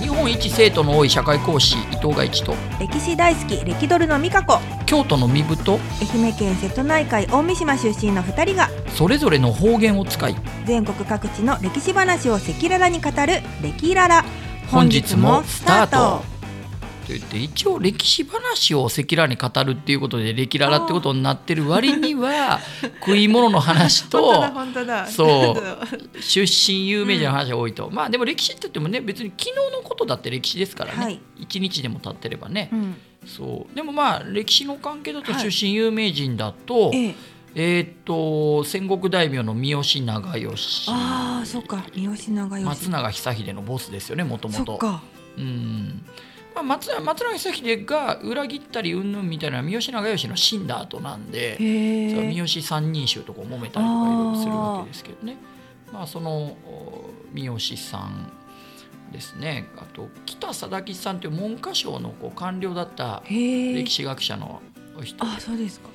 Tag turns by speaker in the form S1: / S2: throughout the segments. S1: 日本一生徒の多い社会講師伊藤が一と
S2: 歴史大好き歴ドルの美香子
S1: 京都の身分と
S2: 愛媛県瀬戸内海大三島出身の2人が
S1: それぞれの方言を使い
S2: 全国各地の歴史話を赤裸々に語る「歴ララ」
S1: 本日もスタートと言って一応歴史話を赤裸々に語るっていうことで歴ララってことになってる割に は食い物の話
S2: 本当
S1: と
S2: だ本当だ
S1: そう
S2: う
S1: 出身有名人の話が多いと、まあでも歴史って言ってもね別に昨日のことだって歴史ですからね、
S2: はい
S1: 一日でも経ってればね、
S2: ん、
S1: そうでもまあ歴史の関係だと
S2: はい
S1: 出身有名人だと、
S2: ええ、
S1: えーっと戦国大名の三好長慶
S2: ああそうか三好長
S1: 松
S2: 慶
S1: 永久秀のボスですよねもとも
S2: そっ
S1: と。
S2: か
S1: うんまあ、松永松永久秀が裏切ったりうんぬんみたいなのは三好長慶の死んだ後なんで、
S2: へ
S1: その三
S2: え
S1: 好三人衆とこう揉めたりとかいろいろするわけですけどねまあ、そのお三好さんですねあと北貞吉さんという文科省のこう官僚だった
S2: へえ
S1: 歴史学者の人
S2: あそうですか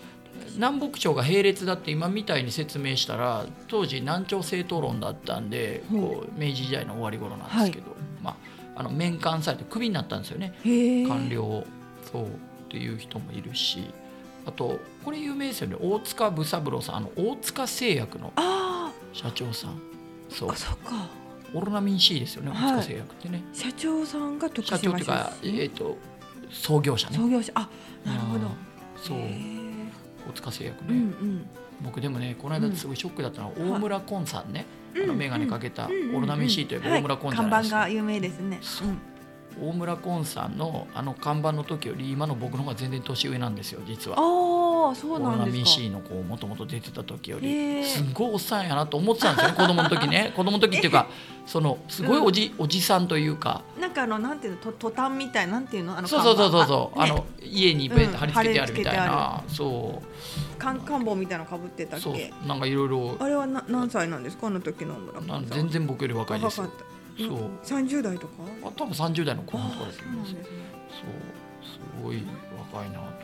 S1: 南北朝が並列だって今みたいに説明したら当時南朝政党論だったんで、
S2: ほう
S1: こう明治時代の終わり頃なんですけど、まあ、あの面官されてクビになったんですよね、
S2: へえ
S1: 官僚そうっていう人もいるしあとこれ有名ですよね大塚武三郎さんあの大塚製薬の
S2: あ
S1: 社長さんそう
S2: ーあそっか
S1: オロナミン C ですよね
S2: はい
S1: 大塚製薬ってね、
S2: 社長さんが徳
S1: 社長っ
S2: 島
S1: ていうか、え
S2: 出身
S1: ー、と創業者ね
S2: 創業者あなるほど
S1: あーそう
S2: へえ
S1: 大塚製薬ね、
S2: うんうん
S1: 僕でもねこの間すごいショックだったのは、
S2: ん
S1: 大村昆さんね、
S2: うん
S1: あの眼鏡かけた
S2: うんうんうん
S1: オロナミン C といえば大村コンじゃな
S2: はい
S1: ですか、
S2: い、看板が有名ですね
S1: そう大村コンさんのあの看板の時より今の僕の方が全然年上なんですよ実は。
S2: ああそ
S1: オ
S2: う
S1: ロ
S2: な
S1: ナ
S2: ん
S1: ミ
S2: で
S1: ン
S2: すか
S1: C のこうもともと出てた時よ
S2: へ
S1: り
S2: ー
S1: すんごいおっさんやなと思ってたん ですよね子供の時ね子供の時っていうかそのすごいおじ,、おじさんというか
S2: なんかあのなんていうのとトタンみたいなんていうのあの
S1: そうそうそうそうそうあ,、
S2: 看板
S1: の家にペン
S2: うん
S1: 貼り付けてあるみたいな、そ
S2: ね、カンカンボみたいなのかぶってた
S1: う
S2: っ
S1: そ
S2: け
S1: うなんかいろいろ
S2: あれはな何歳なんですかあの時の村
S1: なん
S2: ん
S1: 全然僕より若いです
S2: 若
S1: よ
S2: かった
S1: そう
S2: 三十代とか
S1: あ多分30代の後半とか
S2: あ
S1: だ
S2: ー
S1: と
S2: そう
S1: 思い
S2: なん
S1: まよそうすご
S2: ですすね
S1: い若いなと思って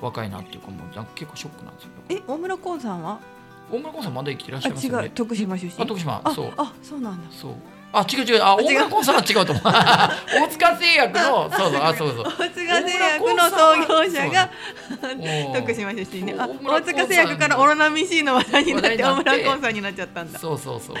S1: 若いなっていうかもうなんか結構ショックなんですよ
S2: え大村コンさんは
S1: 大村昆さんまだ生きてらっし
S2: あ
S1: ゃいますよ
S2: 違う
S1: ね
S2: 徳島出身
S1: あ徳島
S2: あ
S1: そう
S2: あそうなんだ
S1: そうあ違う違うあ
S2: あ違う
S1: 大村昆さんは違う と思う大塚製薬のそうそうあそうそう
S2: 大塚製薬の創業者が
S1: そう
S2: 徳島出身ねあ
S1: 大村コ
S2: 大
S1: ンさん
S2: 塚製薬からオロナミン C の話題にな
S1: 話
S2: っ
S1: 題に
S2: て
S1: な
S2: 大
S1: って
S2: 村コンさんになっちゃったんだ
S1: そうそうそう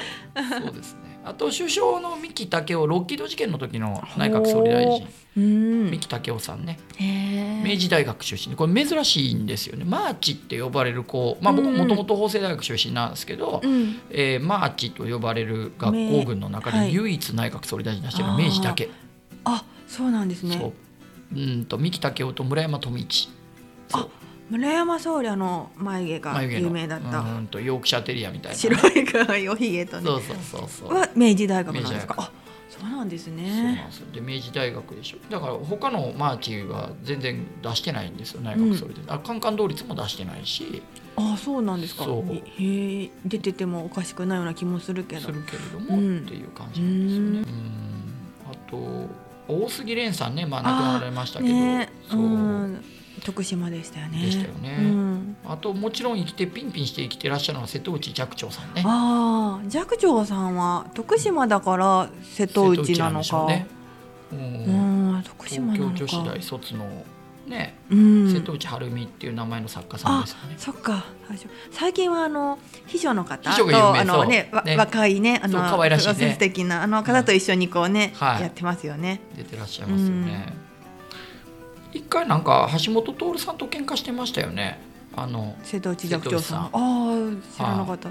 S1: そうですねあと首相の三木武夫ロッキード事件の時の内閣総理大臣
S2: うん
S1: 三木武夫さんね
S2: へえ
S1: 明治大学出身でこれ珍しいんですよねマーチって呼ばれる子、まあ、僕
S2: うん
S1: もともと法政大学出身なんですけど、
S2: うん
S1: えーマーチと呼ばれる学校群の中
S2: めは
S1: で
S2: い
S1: 唯一内閣総理大臣に出してるのは明治だけ、
S2: あそうなんですね
S1: そううんと三木武夫と村山富一そう
S2: 村山総理あの眉毛が
S1: 眉毛の
S2: 有名だっ
S1: う
S2: た
S1: んとヨークシャーテリアみたいな
S2: 白い黒いおひげとね
S1: そうそうそうそう
S2: は明治大学なんで
S1: 明
S2: すか
S1: 治大学
S2: あそうなんです
S1: そうなん
S2: ね
S1: ですよで明治大学でしょだから他のマーチは全然出してないんですよ内閣総理大臣、あカンカン同率も出してないし
S2: あそうなんですか
S1: そう
S2: へへえ出ててもおかしくないような気もするけ
S1: す
S2: ど
S1: るけれども、
S2: うん
S1: っていう感じなんですよね。うんあと大杉蓮さんね、まあ、亡くなられましたけど、
S2: ね
S1: そうう、
S2: ん徳島でしたよね
S1: でしたよね
S2: うん
S1: あともちろん生きてピンピンして生きてらっしゃるのは瀬戸内寂聴さんね。
S2: ああ寂聴さんは徳島だから瀬戸内なの
S1: 瀬戸
S2: か
S1: 内なんでしょう
S2: う
S1: ね。
S2: ん徳
S1: うん
S2: 島な
S1: 東
S2: の
S1: 京女子
S2: か
S1: 大卒のね、
S2: うん
S1: 瀬戸内晴美っていう名前の作家さんですよね。
S2: そっか最初最近はあの秘書の方
S1: 秘書が有
S2: と
S1: 名
S2: あの
S1: そう
S2: ねわ
S1: ね
S2: 若いねあの
S1: そう可愛らしいね
S2: 素敵なあの方と一緒にこうね、
S1: はい
S2: やってますよね。
S1: 出てらっしゃいますよね。一回なんか橋本徹さんと喧嘩してましたよね。あの
S2: 瀬戸内寂聴さん。
S1: 瀬
S2: ああー知らなかった。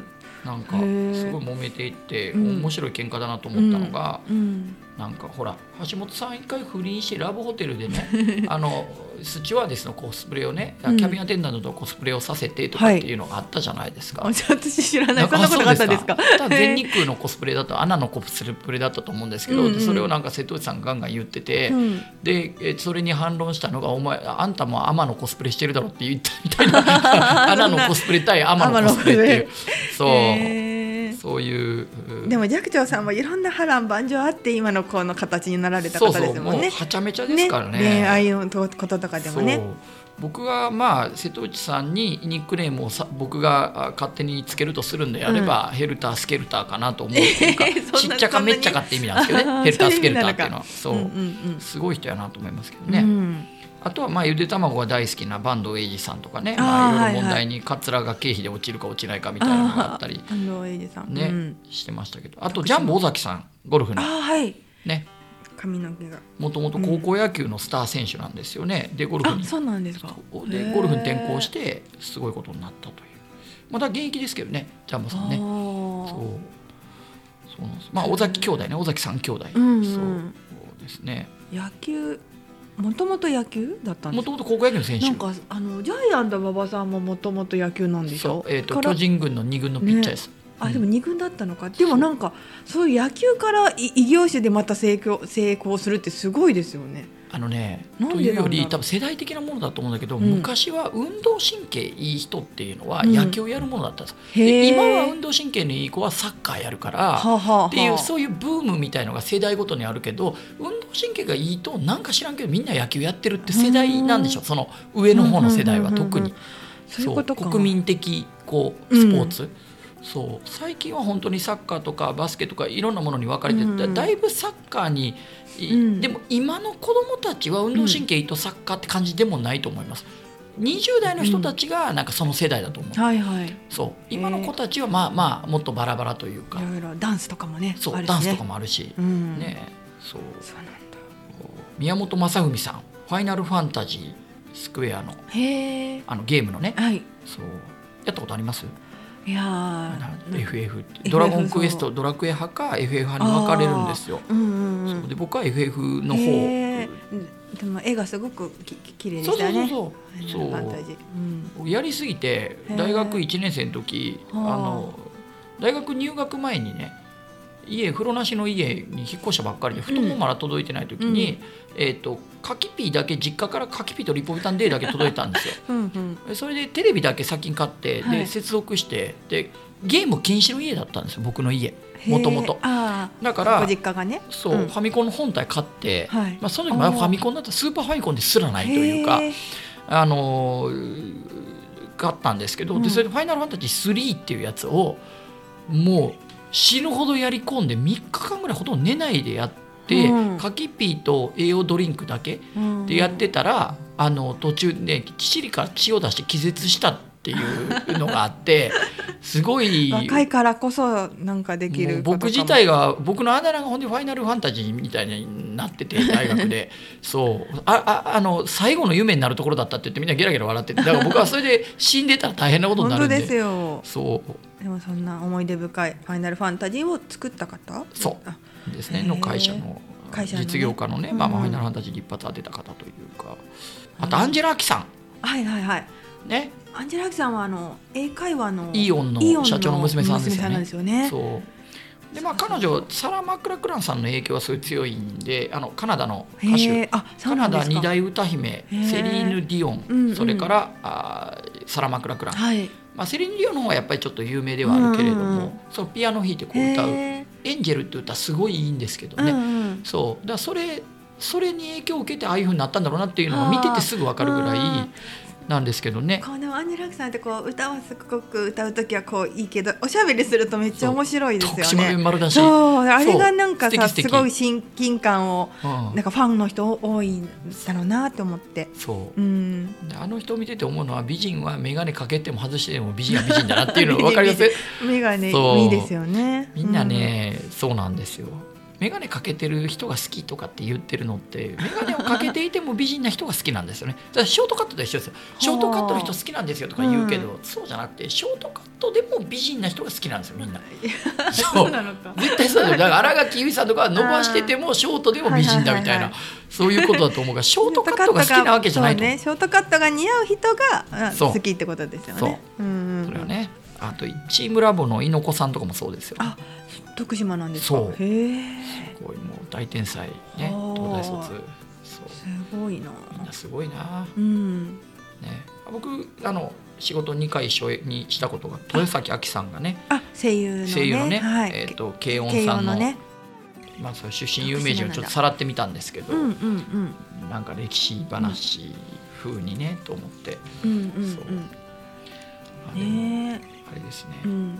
S1: なんか
S2: へ
S1: す
S2: ー
S1: ごい揉めていて、
S2: うん
S1: 面白い喧嘩だなと思ったのが、
S2: うん。
S1: なんかほら橋本さん一回不倫してラブホテルで ねあのスチュワーデスのコスプレをねキ
S2: うん
S1: ャビンアテンダントのコスプレをさせてとかっていうのがあったじゃないですか。
S2: あじゃあ私知らない。
S1: なん
S2: そ
S1: か
S2: んなことがあったんですか
S1: そう。ただ全日空のコスプレだとアナのコスプレだったと思うんですけど、
S2: うんうん
S1: でそれをなんか瀬戸内さんがガンガン言ってて、
S2: うん
S1: でえそれに反論したのが「お前あんたもアマのコスプレしてるだろ」って言ったみたいな アナのコスプレ対アマのコスプレっていうそう、
S2: へー
S1: そういう。
S2: でも寂聴さんはいろんな波乱万丈あって今のこの形になられた方ですもん
S1: そうそうもう
S2: ね。
S1: はちゃめちゃですからね
S2: 恋愛のこととかでもね。
S1: そう僕がまあ瀬戸内さんにニックネームをさ僕があ勝手につけるとするんであれば、ヘルタースケルターかなと思うっていうか
S2: そ
S1: ち
S2: んな
S1: っちゃかめっちゃかって意味なんですけど
S2: あー
S1: ねヘルタースケルターっていうのは
S2: う
S1: そ
S2: ん
S1: う、
S2: うんうん
S1: すごい人やなと思いますけど
S2: うん
S1: ね、あとはまあゆで卵が大好きな坂東栄治さんとかね
S2: あー
S1: まあ、いろい
S2: はいはい
S1: ろ問題にカツラが経費で落ちるか落ちないかみたいなのがあったり
S2: あー安藤英二さん
S1: ね、
S2: うん
S1: してましたけどあとジャンボ尾崎さんゴルフ
S2: あ
S1: の
S2: ーはい
S1: ね
S2: 髪の毛が
S1: もともと高校野球のスター選手なんですよね、でゴルフ
S2: あ
S1: に
S2: そうなんですかへ
S1: で
S2: ー
S1: ゴルフに転向してすごいことになったというまた現役ですけどねジャンボさん
S2: あ
S1: ね
S2: ー
S1: そうそうなんですまあ尾崎兄弟ね尾崎三兄弟、
S2: うんうん
S1: そうですね
S2: 野球もともと野球だったんで
S1: も
S2: す
S1: と
S2: か
S1: もと高校野球の選手
S2: なんかあのジャイアント馬場さんももともと野球なんでし
S1: そ
S2: ょ
S1: う、えー、と
S2: から
S1: 巨人軍の2軍のピッチャーです、
S2: あでも二軍だったのか、でもなんかそういう野球からい異業種でまた成功成功するってすごいですよね。
S1: あのね
S2: なんで
S1: というよ
S2: なんだろ
S1: り
S2: う
S1: 多分世代的なものだと思うんだけど、
S2: うん
S1: 昔は運動神経いい人っていうのは
S2: うん
S1: 野球をやるものだったんです、
S2: へ
S1: で
S2: ー
S1: 今は運動神経のいい子はサッカーやるから、
S2: はあ、はあはあ、
S1: っていうそういうブームみたいのが世代ごとにあるけど運動神経がいいとなんか知らんけどみんな野球やってるって世代なんでしょ
S2: う
S1: うその上の方の世代は
S2: うんうんうんうん
S1: 特に
S2: そういうことか
S1: 国民的こうスポーツ、そう最近は本当にサッカーとかバスケとかいろんなものに分かれてて、
S2: うんうん
S1: だいぶサッカーに、い
S2: うん
S1: でも今の子どもたちは運動神経いいとサッカーって感じでもないと思います。20代の人たちがなんかその世代だと思う、
S2: はいはいい
S1: そう今の子たちはまあまあもっとバラバラというか、
S2: ろいろダンスとかもね
S1: そう、
S2: あるしね
S1: ダンスとかもあるし、
S2: うん
S1: ねそう
S2: そうなんだ
S1: 宮本正文さん「ファイナルファンタジースクエアの」
S2: へえ
S1: あのゲームのね
S2: はい
S1: そうやったことあります
S2: いやー
S1: な
S2: なん
S1: FF ってドラゴンクエ ストドラクエ派か FF 派に分かれるんですよ、
S2: うんうんう
S1: そうんで僕は FF の方、
S2: へーでも絵がすごくきき綺麗で
S1: そう
S2: し
S1: そ
S2: た
S1: うそう
S2: ね
S1: そう
S2: ファイナル
S1: そ
S2: ファンタ
S1: う
S2: ジーうん
S1: 僕やりすぎて
S2: へー
S1: 大学1年生の時あ
S2: はあ
S1: の大学入学前にね家風呂なしの家に引っ越したばっかりで布団もまだ届いてない時に、えー、とカキピーだけ実家からカキピーとリポビタン D だけ届いたん ですよ
S2: うんうん
S1: でそれでテレビだけ先に買って
S2: はい
S1: で接続してでゲーム禁止の家だったんですよ僕の家もとも
S2: へー
S1: と
S2: あ
S1: だか
S2: あ
S1: ら
S2: ご実家がね
S1: そう、
S2: うん
S1: ファミコンの本体買って、
S2: はい
S1: まあ、その時まだ
S2: おー
S1: ファミコンだったらスーパーファミコンですらないというか
S2: へー
S1: あのー買ったんですけど、
S2: うん
S1: でそれで「ファイナルファンタジー3」っていうやつをもう死ぬほどやり込んで3日間ぐらいほとんど寝ないでやって、
S2: うん
S1: カキピーと栄養ドリンクだけ
S2: うん
S1: でやってたら、あの途中でキシリから血を出して気絶したっていうのがあってすごい。
S2: 若いからこそなんかでき
S1: も
S2: る
S1: う
S2: ことかも
S1: 僕自体が僕のあだ名がほんで「ファイナルファンタジー」みたいにな ってて大学でそうあああの最後の夢になるところだったって言ってみんなゲラゲラ笑っててだから僕はそれで死んでたら大変なことに
S2: 本
S1: なる
S2: 当
S1: んで
S2: ですよ
S1: そう
S2: でもそんな思い出深い「ファイナルファンタジー」を作った方
S1: そう
S2: あ
S1: ですね
S2: へー
S1: の会社の
S2: 会社のね
S1: 実業家のねまあまあ
S2: う
S1: ファ
S2: んうん
S1: イナルファンタジーに一発当てた方というかあ
S2: う
S1: と
S2: ん
S1: アンジェラ・アキさ
S2: はいはいはい
S1: んね
S2: アンジェラ・アキさんはあの英会話の
S1: イオンの
S2: イオン
S1: 社長の娘さんですよ
S2: 娘
S1: ね。
S2: よね
S1: そうでまあ彼女サラ・マクラクランさんの影響はすごい強いんであのカナダの歌手
S2: へーあそ
S1: カ
S2: う
S1: ナ
S2: なんで
S1: ダ
S2: すか
S1: 二大歌姫
S2: へー
S1: セリーヌ・ディオン、
S2: うんうん
S1: それからあーサラ・マクラクラン、
S2: はい
S1: まあ、セリーヌ・ディオンの方はやっぱりちょっと有名ではあるけれども、
S2: うんうんうん
S1: そのピアノ弾いてこう歌う「
S2: へ
S1: エンジェル」って歌すごいいいんですけど
S2: ー
S1: ね、
S2: うんうん
S1: そうだからそれそれに影響を受けてああいうふうになったんだろうなっていうのが見ててすぐ分かるぐらい
S2: うん
S1: なんですけどね。
S2: こうでもアンジェラ・アキさんってこう歌はすごく歌う時はこういいけどおしゃべりするとめっちゃ面白いです
S1: 徳
S2: よ
S1: 島弁
S2: ね
S1: 丸だし、うん
S2: そうあれがなんか
S1: そう
S2: さ
S1: 素敵素敵
S2: すごい親近感をなんかファンの人多いんだろうなと思って。
S1: そう
S2: うん。
S1: であの人を見てて思うのは美人は眼鏡かけても外しても美人は美人だなっていうのが分かり ます
S2: 目がね
S1: そう
S2: いいですよね。
S1: みんなね、そうなんですよ眼鏡かけてる人が好きとかって言ってるのって眼鏡をかけていても美人な人が好きなん ですよねだからショートカットと一緒ですよショートカットの人好きなんですよとか言うけど、そうじゃなくてショートカットでも美人な人が好きなんですよみんな
S2: うん。
S1: そう
S2: なのか。
S1: 絶対そうだよだから新垣結衣さんとかは伸ばしててもショートでも美人だみたい
S2: あーはいはいはい
S1: な
S2: は
S1: そういうことだと思う からショートカットが好きなわけじゃないと
S2: そう
S1: 思う
S2: ね。ショートカットが似合う人があ
S1: そう
S2: 好きってことですよね。うんうん。
S1: それは。ねあとチームラボの猪子さんとかもそうですよ
S2: あ、徳島なんですか。
S1: そう
S2: へえ。
S1: こういうもう大天才ね
S2: はあ
S1: 東大卒そう
S2: すごいな。
S1: みんなすごいな、
S2: うん。
S1: ね、僕あの仕事2回一緒にしたことが豊崎亜紀さんがね
S2: あ、声優のね。
S1: 声優のね、
S2: はい。
S1: えー、と慶音
S2: 慶
S1: さ
S2: 応
S1: んの
S2: のね。
S1: まあ、その出身有名人をちょっとさらってみたんですけど、
S2: うんうんうん。
S1: なんか歴史話ふうにねと思って
S2: うんうん
S1: そうあ
S2: うん
S1: でも
S2: ね
S1: あれですね、
S2: えうん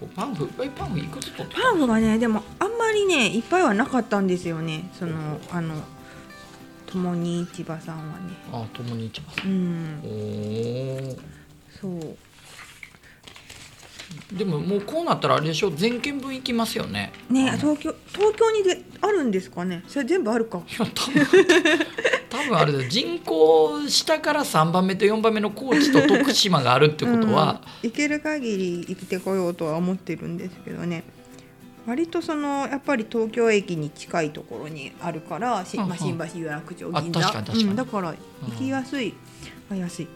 S1: こうパンフえパンフいくつ取って
S2: パンフがねでもあんまりねいっぱいはなかったんですよねそのあの共に市場さんはね
S1: あ共に一番
S2: うん
S1: おー
S2: そう
S1: でももうこうなったらあれでしょ全県分いきますよね
S2: ね
S1: あの
S2: 東京東京にであるんですかねそれ全部あるか
S1: いや多分多分あれだよ人口下から3番目と4番目の高知と徳島があるってことは、
S2: うん、行ける限り生きてこようとは思ってるんですけどね割とそのやっぱり東京駅に近いところにあるから、し
S1: うんうん
S2: まあ、新橋有楽町
S1: あ
S2: 銀座
S1: 確かに確かに
S2: うん、だから行きやすい、あ安い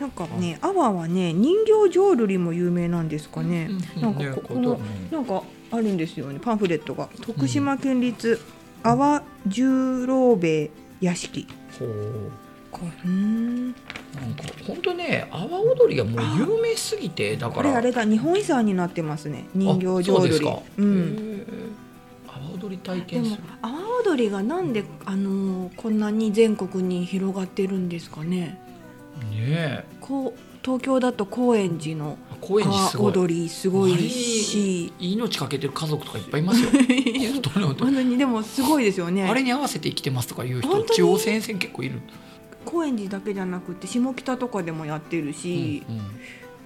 S2: なんかね阿波はね人形浄瑠璃も有名なんですかね、
S1: うん
S2: なんかここのなんかあるんですよねパンフレットが徳島県立阿波十郎兵衛屋敷
S1: ほう
S2: こうーん
S1: なんか本当ね阿波踊りがもう有名すぎてだ
S2: こ
S1: か
S2: れ
S1: ら
S2: あれだ日本遺産になってますね人形浄
S1: あそう
S2: 瑠
S1: です
S2: 璃
S1: か
S2: う
S1: へ
S2: ん、
S1: ー阿波踊り体
S2: で
S1: 験
S2: も
S1: する
S2: 阿波踊りがなんであのーこんなに全国に広がってるんですかね
S1: ねえ
S2: こう東京だと高円寺の
S1: あ高
S2: 阿
S1: 円寺す
S2: 波
S1: ごい
S2: 踊りすごいし
S1: 命かけてる家族とかいっぱいいますよ本当に本当に
S2: 本当にでもすごいですよね
S1: あれに合わせて生きてますとかいう
S2: 本
S1: 人
S2: 当に
S1: 地方戦線結構いる、
S2: 高円寺だけじゃなくて下北とかでもやって
S1: う
S2: る
S1: ん
S2: し、
S1: うん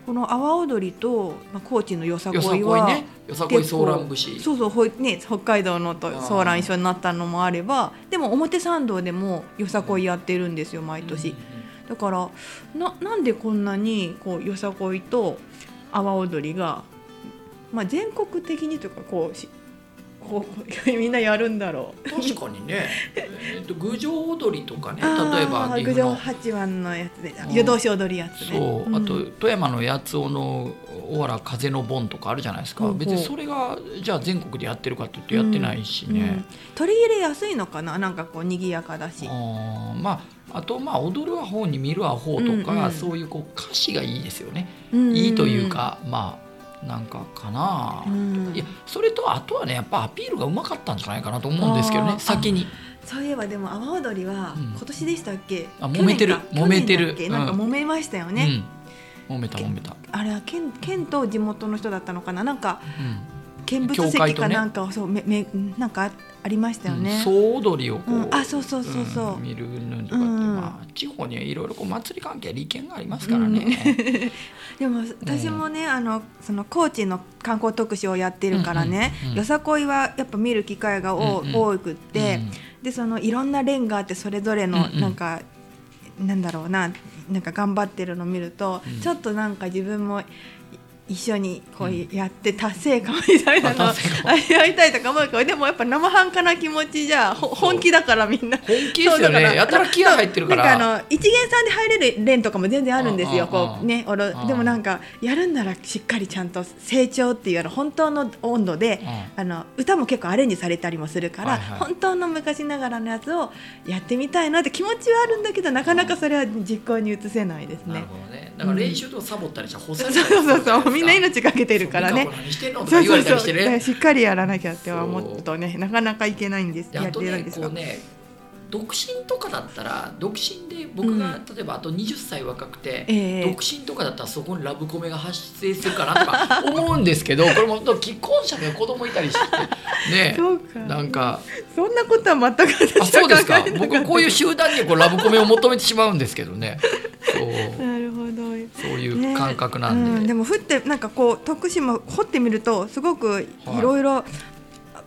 S2: この阿波踊りと、まあ、高知のよさこ
S1: よさ
S2: い
S1: こい
S2: は
S1: ねよさこいソーラン節
S2: そうそうほい、ね、北海道のとソーラン一緒になったのもあればでも表参道でもよさこいやってるんですよ毎年、だからななんでこんなにこうよさこいと阿波踊りが、まあ、全国的にというかこうしこう みんなやるんだろう。
S1: 確かに ね、えー、と郡上踊りとかね例え
S2: あ
S1: ば
S2: ー
S1: 岐
S2: 郡
S1: 阜
S2: 上
S1: の
S2: 八幡のやつで
S1: うん
S2: 夜通し踊るやつね。
S1: そう、
S2: ん
S1: あと富山の八尾の大原風の盆とかあるじゃないですか、
S2: ほうほう
S1: 別にそれがじゃあ全国でやってるかって言ってやってないしね、
S2: 取り入れやすいのかななんかこう賑やかだし
S1: あーまああとまあ踊るは方に見るは方とか、
S2: うんうん
S1: そういうこう歌詞がいいですよね、
S2: い
S1: いいというかまあなんかかな、いやそれとあとはねやっぱアピールがうまかったんじゃないかなと思うんですけど
S2: あ
S1: ね
S2: ー
S1: 先に
S2: そういえばでも阿波踊りは
S1: うん
S2: 今年でしたっけ、
S1: あ
S2: 去年
S1: 揉めてる
S2: か
S1: 揉めてる
S2: 去年だっけなんか
S1: う
S2: 揉めましたよね、、
S1: うん、揉めた揉めた、
S2: あれは県県と地元の人だったのかななんか
S1: うん
S2: 見物
S1: 教会
S2: 席
S1: と
S2: か
S1: ね
S2: なんかを、そうめめなんかありましたよ
S1: うん
S2: ね、
S1: 総踊りをこう、
S2: うんあそうそうそうそうん
S1: 見るのとかって、
S2: うん
S1: まあ、地方にはいろいろこう祭り関係利権がありますからね、
S2: でも私もね、あのその高知の観光特集をやってるからね、
S1: うんうんうん
S2: よさこいはやっぱ見る機会がお、
S1: うんうん
S2: 多くって、
S1: うん
S2: でそのいろんなレンガあってそれぞれの
S1: うんうん
S2: なんか、なんだろうななんか頑張ってるの見ると、
S1: うん
S2: ちょっとなんか自分もい一緒にこ
S1: うん
S2: うやって達成感みたいなのを
S1: あ達成
S2: やりたいとか思うけどでもやっぱ生半可な気持ちじゃほ
S1: そう
S2: 本気だからみんな。
S1: 本気ですよ
S2: そうだから
S1: ねやたら気合入ってるか
S2: なん
S1: ら
S2: かあの一元さんで入れる連とかも全然あるんですよ、
S1: うんうんうん
S2: こうね、おろ
S1: うん
S2: でもなんかやるんならしっかりちゃんと成長っていうより本当の温度で
S1: う
S2: あの歌も結構アレンジされたりもするから、
S1: はいはい
S2: 本当の昔ながらのやつをやってみたいなって気持ちはあるんだけどなかなかそれは実行に移せないです
S1: んな
S2: ね
S1: る。ほどねだから練習とかサボったりしたら干さ
S2: そう
S1: れたりするじゃいうですか
S2: そそうみんな命かけてるからね
S1: そう。何してんのと
S2: そ
S1: か
S2: う
S1: 言
S2: そ
S1: わ
S2: う
S1: れた
S2: そ
S1: りして
S2: うだから
S1: ね
S2: しっかりやらなきゃっては思うとねなかなかいけないんです。
S1: であと
S2: やってない
S1: ね
S2: んです
S1: こ
S2: が
S1: うね独身とかだったら独身で僕が、
S2: う
S1: 例えばあと20歳若くて、
S2: ええ
S1: 独身とかだったらそこにラブコメが発生するかなとか思うんですけ どこれも既婚者の子供いたりしてね
S2: そうか
S1: なんか
S2: そんなことは全く私
S1: あ
S2: は
S1: そうです か
S2: 考えなった
S1: 僕こういう集団にこうラブコメを求めてしまうんですけどねそう
S2: なるほど。
S1: そういう感覚なんで,、
S2: ねうん、でも降ってなんかこう徳島掘ってみるとすごくいろいろ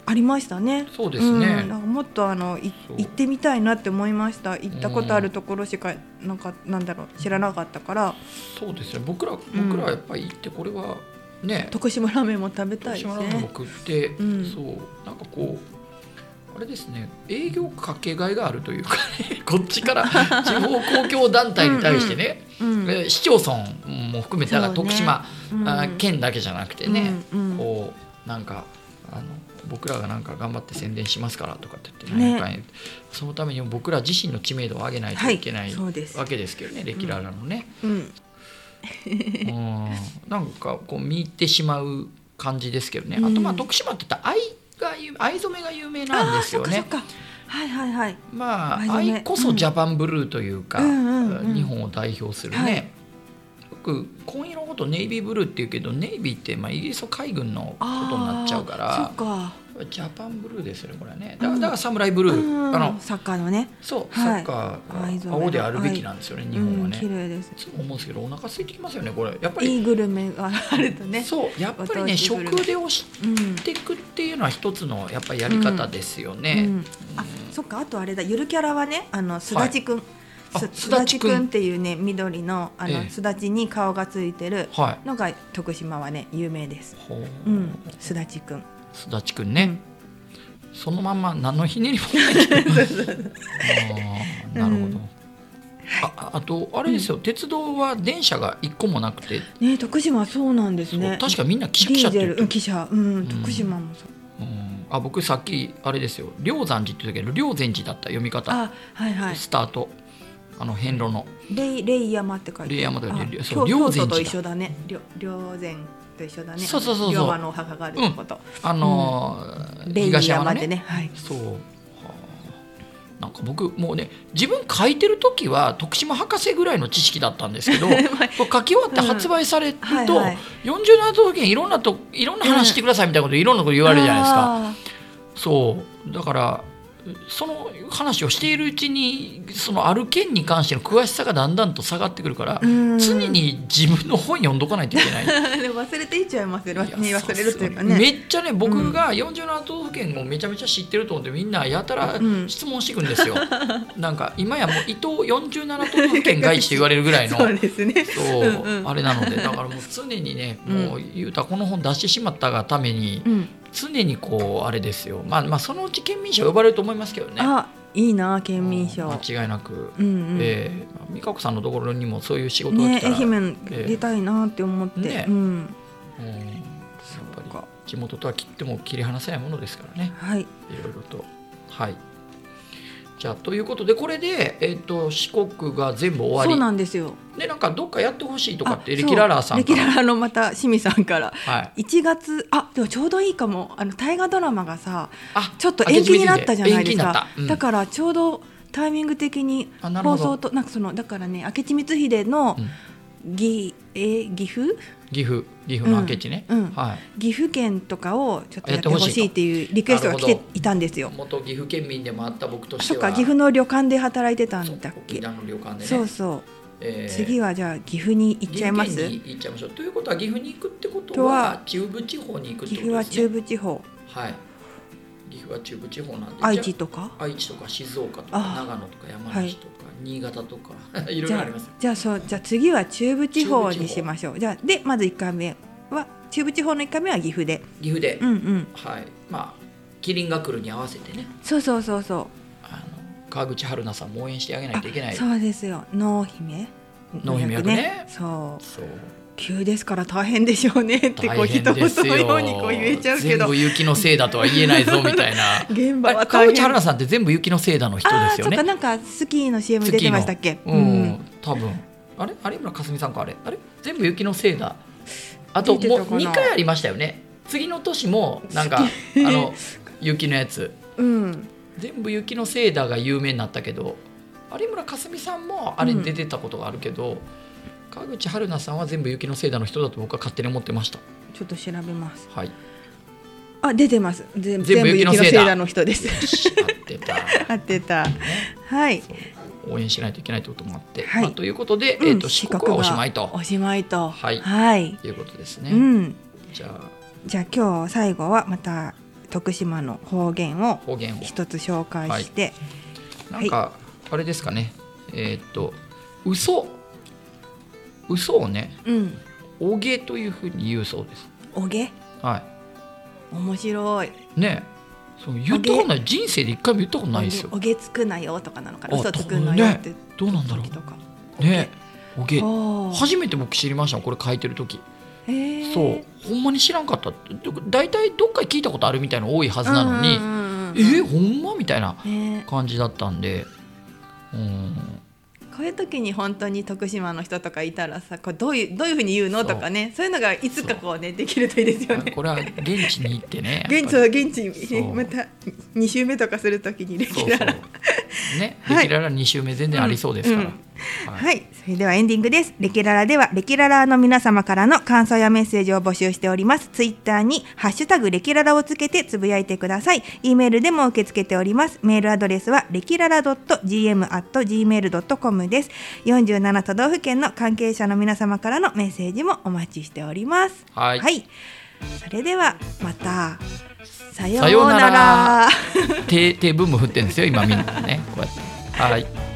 S2: ありましたね。
S1: そうですね、
S2: うん、なんかもっとあのい
S1: そう
S2: 行ってみたいなって思いました行ったことあるところしかなんかなんだろう知らなかったから
S1: そうですね僕ら
S2: ん
S1: 僕らはやっぱり行ってこれはね
S2: 徳島ラーメンも食べたい
S1: 徳島
S2: です
S1: ラーメンも
S2: ね。
S1: 食って、
S2: うん
S1: そうなんかこうあれですね営業かけがいがあるというか、ね、こっちから地方公共団体に対してね、
S2: うん
S1: えー市町村も含めてだから
S2: そうね
S1: 徳島、
S2: うん
S1: あー県だけじゃなくてね、
S2: うんうん
S1: こうなんかあの僕らがなんか頑張って宣伝しますからとかって言って、
S2: ね
S1: なんかねそのためにも僕ら自身の知名度を上げないといけない、
S2: そうです
S1: わ。けですけどねレギュラーなのね。
S2: うん、
S1: うんなんかこう見入ってしまう感じですけどね、
S2: うん
S1: あとまあ徳島って言ったら藍が有藍染めが有名なんですよ
S2: あーそっ
S1: ね
S2: かそっかはいはいはい
S1: まあ、
S2: 藍染め
S1: 愛こそジャパンブルーというか、
S2: うんうんうんうん
S1: 日本を代表するね、
S2: はい
S1: よく紺色のことネイビーブルーっていうけどネイビーってまあイギリスの海軍のこと
S2: あー
S1: になっちゃうか
S2: そ
S1: ら
S2: っか
S1: ジャパンブルーですよねこれはねだ
S2: うん
S1: だからサムライブルー、
S2: うん
S1: あの
S2: サッカーのね
S1: そう、
S2: は
S1: サッ
S2: い
S1: カ
S2: 藍
S1: ー
S2: 染
S1: は
S2: めの
S1: 青であるべきなんですよね、日本は
S2: うん、綺
S1: ね。
S2: 麗です
S1: いつも思うんですけどお腹空いてきますよねこれやっぱり
S2: いいグルメがあるとね
S1: そうやっぱりね
S2: 私
S1: 食
S2: グルメ
S1: でを知っ
S2: うん、
S1: ていくっていうのは一つのやっぱりやり方ですよね。
S2: うん、あそっかあとあれだゆるキャラはねあのすだちくん、
S1: あ
S2: す
S1: す
S2: す
S1: だ
S2: だ
S1: ち
S2: ち
S1: くん
S2: くんっていうね緑のあの、
S1: ええ
S2: すだちに顔がついてる
S1: はい
S2: のが徳島はね有名です
S1: ほう
S2: うんすだちくん
S1: すだちくんね、そのまんま何のひねりも ないけどあーなるほど、
S2: うん
S1: ああとあれですよ、鉄道は電車が一個もなくて、
S2: ね徳島はそうなんですね
S1: そう確かみんな汽車
S2: デ
S1: 汽
S2: ィ
S1: 車
S2: ー
S1: って
S2: ゼ
S1: 言
S2: ル
S1: っ
S2: う
S1: て
S2: ん汽車うん
S1: ん
S2: 徳島もそう
S1: うんあ僕さっきあれですよ霊山寺って言ったけど霊山寺だった読み方、
S2: あはいはい
S1: スタートあの遍路の
S2: レイレイ山って書いて
S1: 霊山だよね
S2: あ
S1: そう
S2: 京京
S1: 霊山
S2: 都と
S1: 寺
S2: 一
S1: だ
S2: 緒だねりょ霊山と一緒だね
S1: そうそうそうそう
S2: 龍馬のお墓があるってこと、
S1: あのー
S2: レイ
S1: 東山
S2: 山
S1: の
S2: で
S1: ね
S2: ねはい
S1: そうはあなんか僕もうね自分書いてる時は徳島博士ぐらいの知識だったんですけ どこれ書き終わって発売されると、
S2: はいはい
S1: 47都道府県いろんなといろんな話してくださいみたいなこといろんなこと言われるじゃないですか、
S2: あー
S1: そうだからその話をしているうちにそのある件に関しての詳しさがだんだんと下がってくるから、
S2: うん
S1: 常に自分の本読んどかないといけない
S2: でも忘れていっちゃいますよね
S1: いや
S2: 忘れるというか
S1: め
S2: ね。
S1: っちゃね僕が47都道府県をめちゃめちゃ知ってると思ってみんなやたら
S2: うん
S1: 質問してくん ですよ、なんか今やもう伊藤47都道府県外市と言われるぐらいの
S2: そうですね。
S1: そう
S2: うんうん
S1: あれなのでだからもう常にね、もう言うたらこの本出してしまったがために
S2: うん、
S1: 常にこうあれですよまあまあそのうち県民賞呼ばれると思いますけどね
S2: あいいな県民賞。
S1: 間違いなく、
S2: うんうん。
S1: ええまあ美香子さんのところにもそういう仕事が
S2: ね
S1: 来たら、
S2: 愛媛
S1: ええ
S2: 出たいなって思って、
S1: ね
S2: うん
S1: うんやっぱり
S2: そうか
S1: 地元とは切っても切り離せないものですからね
S2: はい
S1: いろいろとはいじゃあということでこれで、えっと四国が全部終
S2: そ
S1: わ
S2: う
S1: り
S2: なんですよ。
S1: でなんかどっかやってほしいとかって
S2: あ
S1: レキララーさん
S2: そうレ
S1: か
S2: キラ
S1: ら、
S2: ラのまた清水さんから
S1: はい、
S2: 1月あでもちょうどいいかもあの大河ドラマがさ
S1: あ
S2: ちょっと
S1: あ
S2: 延期になったじゃないで
S1: 延。期に
S2: すか
S1: なったうん
S2: だからちょうどタイミング的に
S1: あなるほ
S2: 放
S1: ど
S2: 送となんかそのだからね明智光秀のぎ、え岐阜
S1: 岐阜岐阜の明智ね、
S2: うんうん
S1: はい、
S2: 岐阜県とかをちょっと
S1: やっ
S2: やってて
S1: ほ
S2: ほ
S1: しいと
S2: しいっていうリクエストが来
S1: なる
S2: て
S1: ほど
S2: いたんですよ。
S1: 元岐阜県民でもあった僕として
S2: そっ
S1: は
S2: か岐阜の旅館で働いてたんだっ
S1: そう沖
S2: け。
S1: 縄の旅館でね
S2: そうそう。
S1: えー
S2: 次はじゃあ岐阜に行っちゃいます。
S1: 岐阜県に行っちゃいましょうということは岐阜に行くってこと
S2: と
S1: は
S2: は
S1: 中部地方に行くってこと
S2: 岐阜
S1: で
S2: は
S1: すね
S2: 中部地方、
S1: はい岐阜は中部地方なんで
S2: 愛知
S1: じ
S2: とか
S1: ゃ。あ愛知とか静岡とか
S2: あー
S1: 長野とか山梨とか、新潟とか いろい
S2: じ
S1: ろあ
S2: ゃ
S1: りま
S2: あ
S1: すよ
S2: じゃあそうじゃあ次は中部地方
S1: 中部地
S2: に
S1: 方
S2: しましょう。じゃあでまず一回目は中部地方の一回目は岐阜で。
S1: 岐阜で、
S2: うんうん。
S1: はいまあ麒麟が来るに合わせてね
S2: そうそうそうそう。
S1: あの川口春奈さんも応援してあげないといけないそ
S2: そううですよ。濃姫。
S1: 濃姫役ね
S2: そう急ですから大変でしょうねってこう
S1: 大変
S2: 一言
S1: ですよ
S2: のようにこう言えちゃうけ
S1: 全
S2: ど
S1: 部雪のせいだとは言えないぞみたいな
S2: 現場
S1: あれ
S2: は
S1: 川口春
S2: 大変
S1: 奈さんって全部雪のせいだの人ですよね
S2: あーそっかなんかスキーの CM 出てましたっけ
S1: うん、多分あれ有村架純さんかあれあれ全部雪のせいだあともう
S2: 出てたかな
S1: 2回ありましたよね次の年もなんかあの雪のやつ
S2: うん、うん
S1: 全部雪のせいだが有名になったけど有村架純さんもあれに出てたことがあるけど、川口春奈さんは全部雪のせいだの人だと僕は勝手に思ってました
S2: ちょっと調べます
S1: はい
S2: あ出てます全
S1: 全
S2: 全
S1: 部
S2: 部
S1: 雪
S2: 雪
S1: の
S2: の
S1: せいだ
S2: せいだの人です
S1: 知ってた
S2: 合ってたはい、
S1: そう応援しないといけないということもあって、
S2: はい
S1: まあということで、
S2: うん
S1: えー、と四国はおしまいと
S2: おしまいと
S1: はい
S2: はい
S1: いうことですね、
S2: うん
S1: じゃあ
S2: じゃあ今日最後はまた徳島の方言を
S1: 方言を
S2: 一つ紹介して、
S1: なんか、あれですかね、えーっと、嘘嘘をね、
S2: うん
S1: おげというふうに言うそうです。
S2: おげ
S1: は
S2: 面白い
S1: い。ねえ、そう言ったことない、人生で一回も言ったことないですよ
S2: お。げおげつくなよとかなのかな
S1: あ
S2: 嘘つくなよって
S1: どうなんだろ
S2: 時とか
S1: う。ねえ、おげ。
S2: おー
S1: 初めて僕知りましたもんこれ書いてる時
S2: へー
S1: そうほんまに知らんかったって大体どっかで聞いたことあるみたいなの多いはずなのに
S2: うんうんうんうん
S1: えー、ほんまみたいな
S2: ね
S1: 感じだったんでうん
S2: こういう時に本当に徳島の人とかいたらさこれどういうどういうふうに言うのとかねそういうのがいつかこうねできるといいですよね。
S1: これは現地に行ってね
S2: 現地
S1: やっぱり
S2: 現地
S1: そう
S2: にまた2週目とかする時にレギ
S1: そう
S2: ュ
S1: そ
S2: ラ
S1: う
S2: ー
S1: ね、
S2: は
S1: で
S2: い
S1: きれば2週目全然ありそうですから、
S2: うんはい、それではエンディングです。レキララではレキララの皆様からの感想やメッセージを募集しております。ツイッターにハッシュタグレキララをつけてつぶやいてください。E メールでも受け付けております。メールアドレスはレキララ .gm gmail com です。47都道府県の関係者の皆様からのメッセージもお待ちしております。
S1: はい
S2: それではまたさよ
S1: さよ
S2: う
S1: う
S2: な
S1: な
S2: ら
S1: ら。手手ブーム振ってるんですよ今みんなねこうやってはい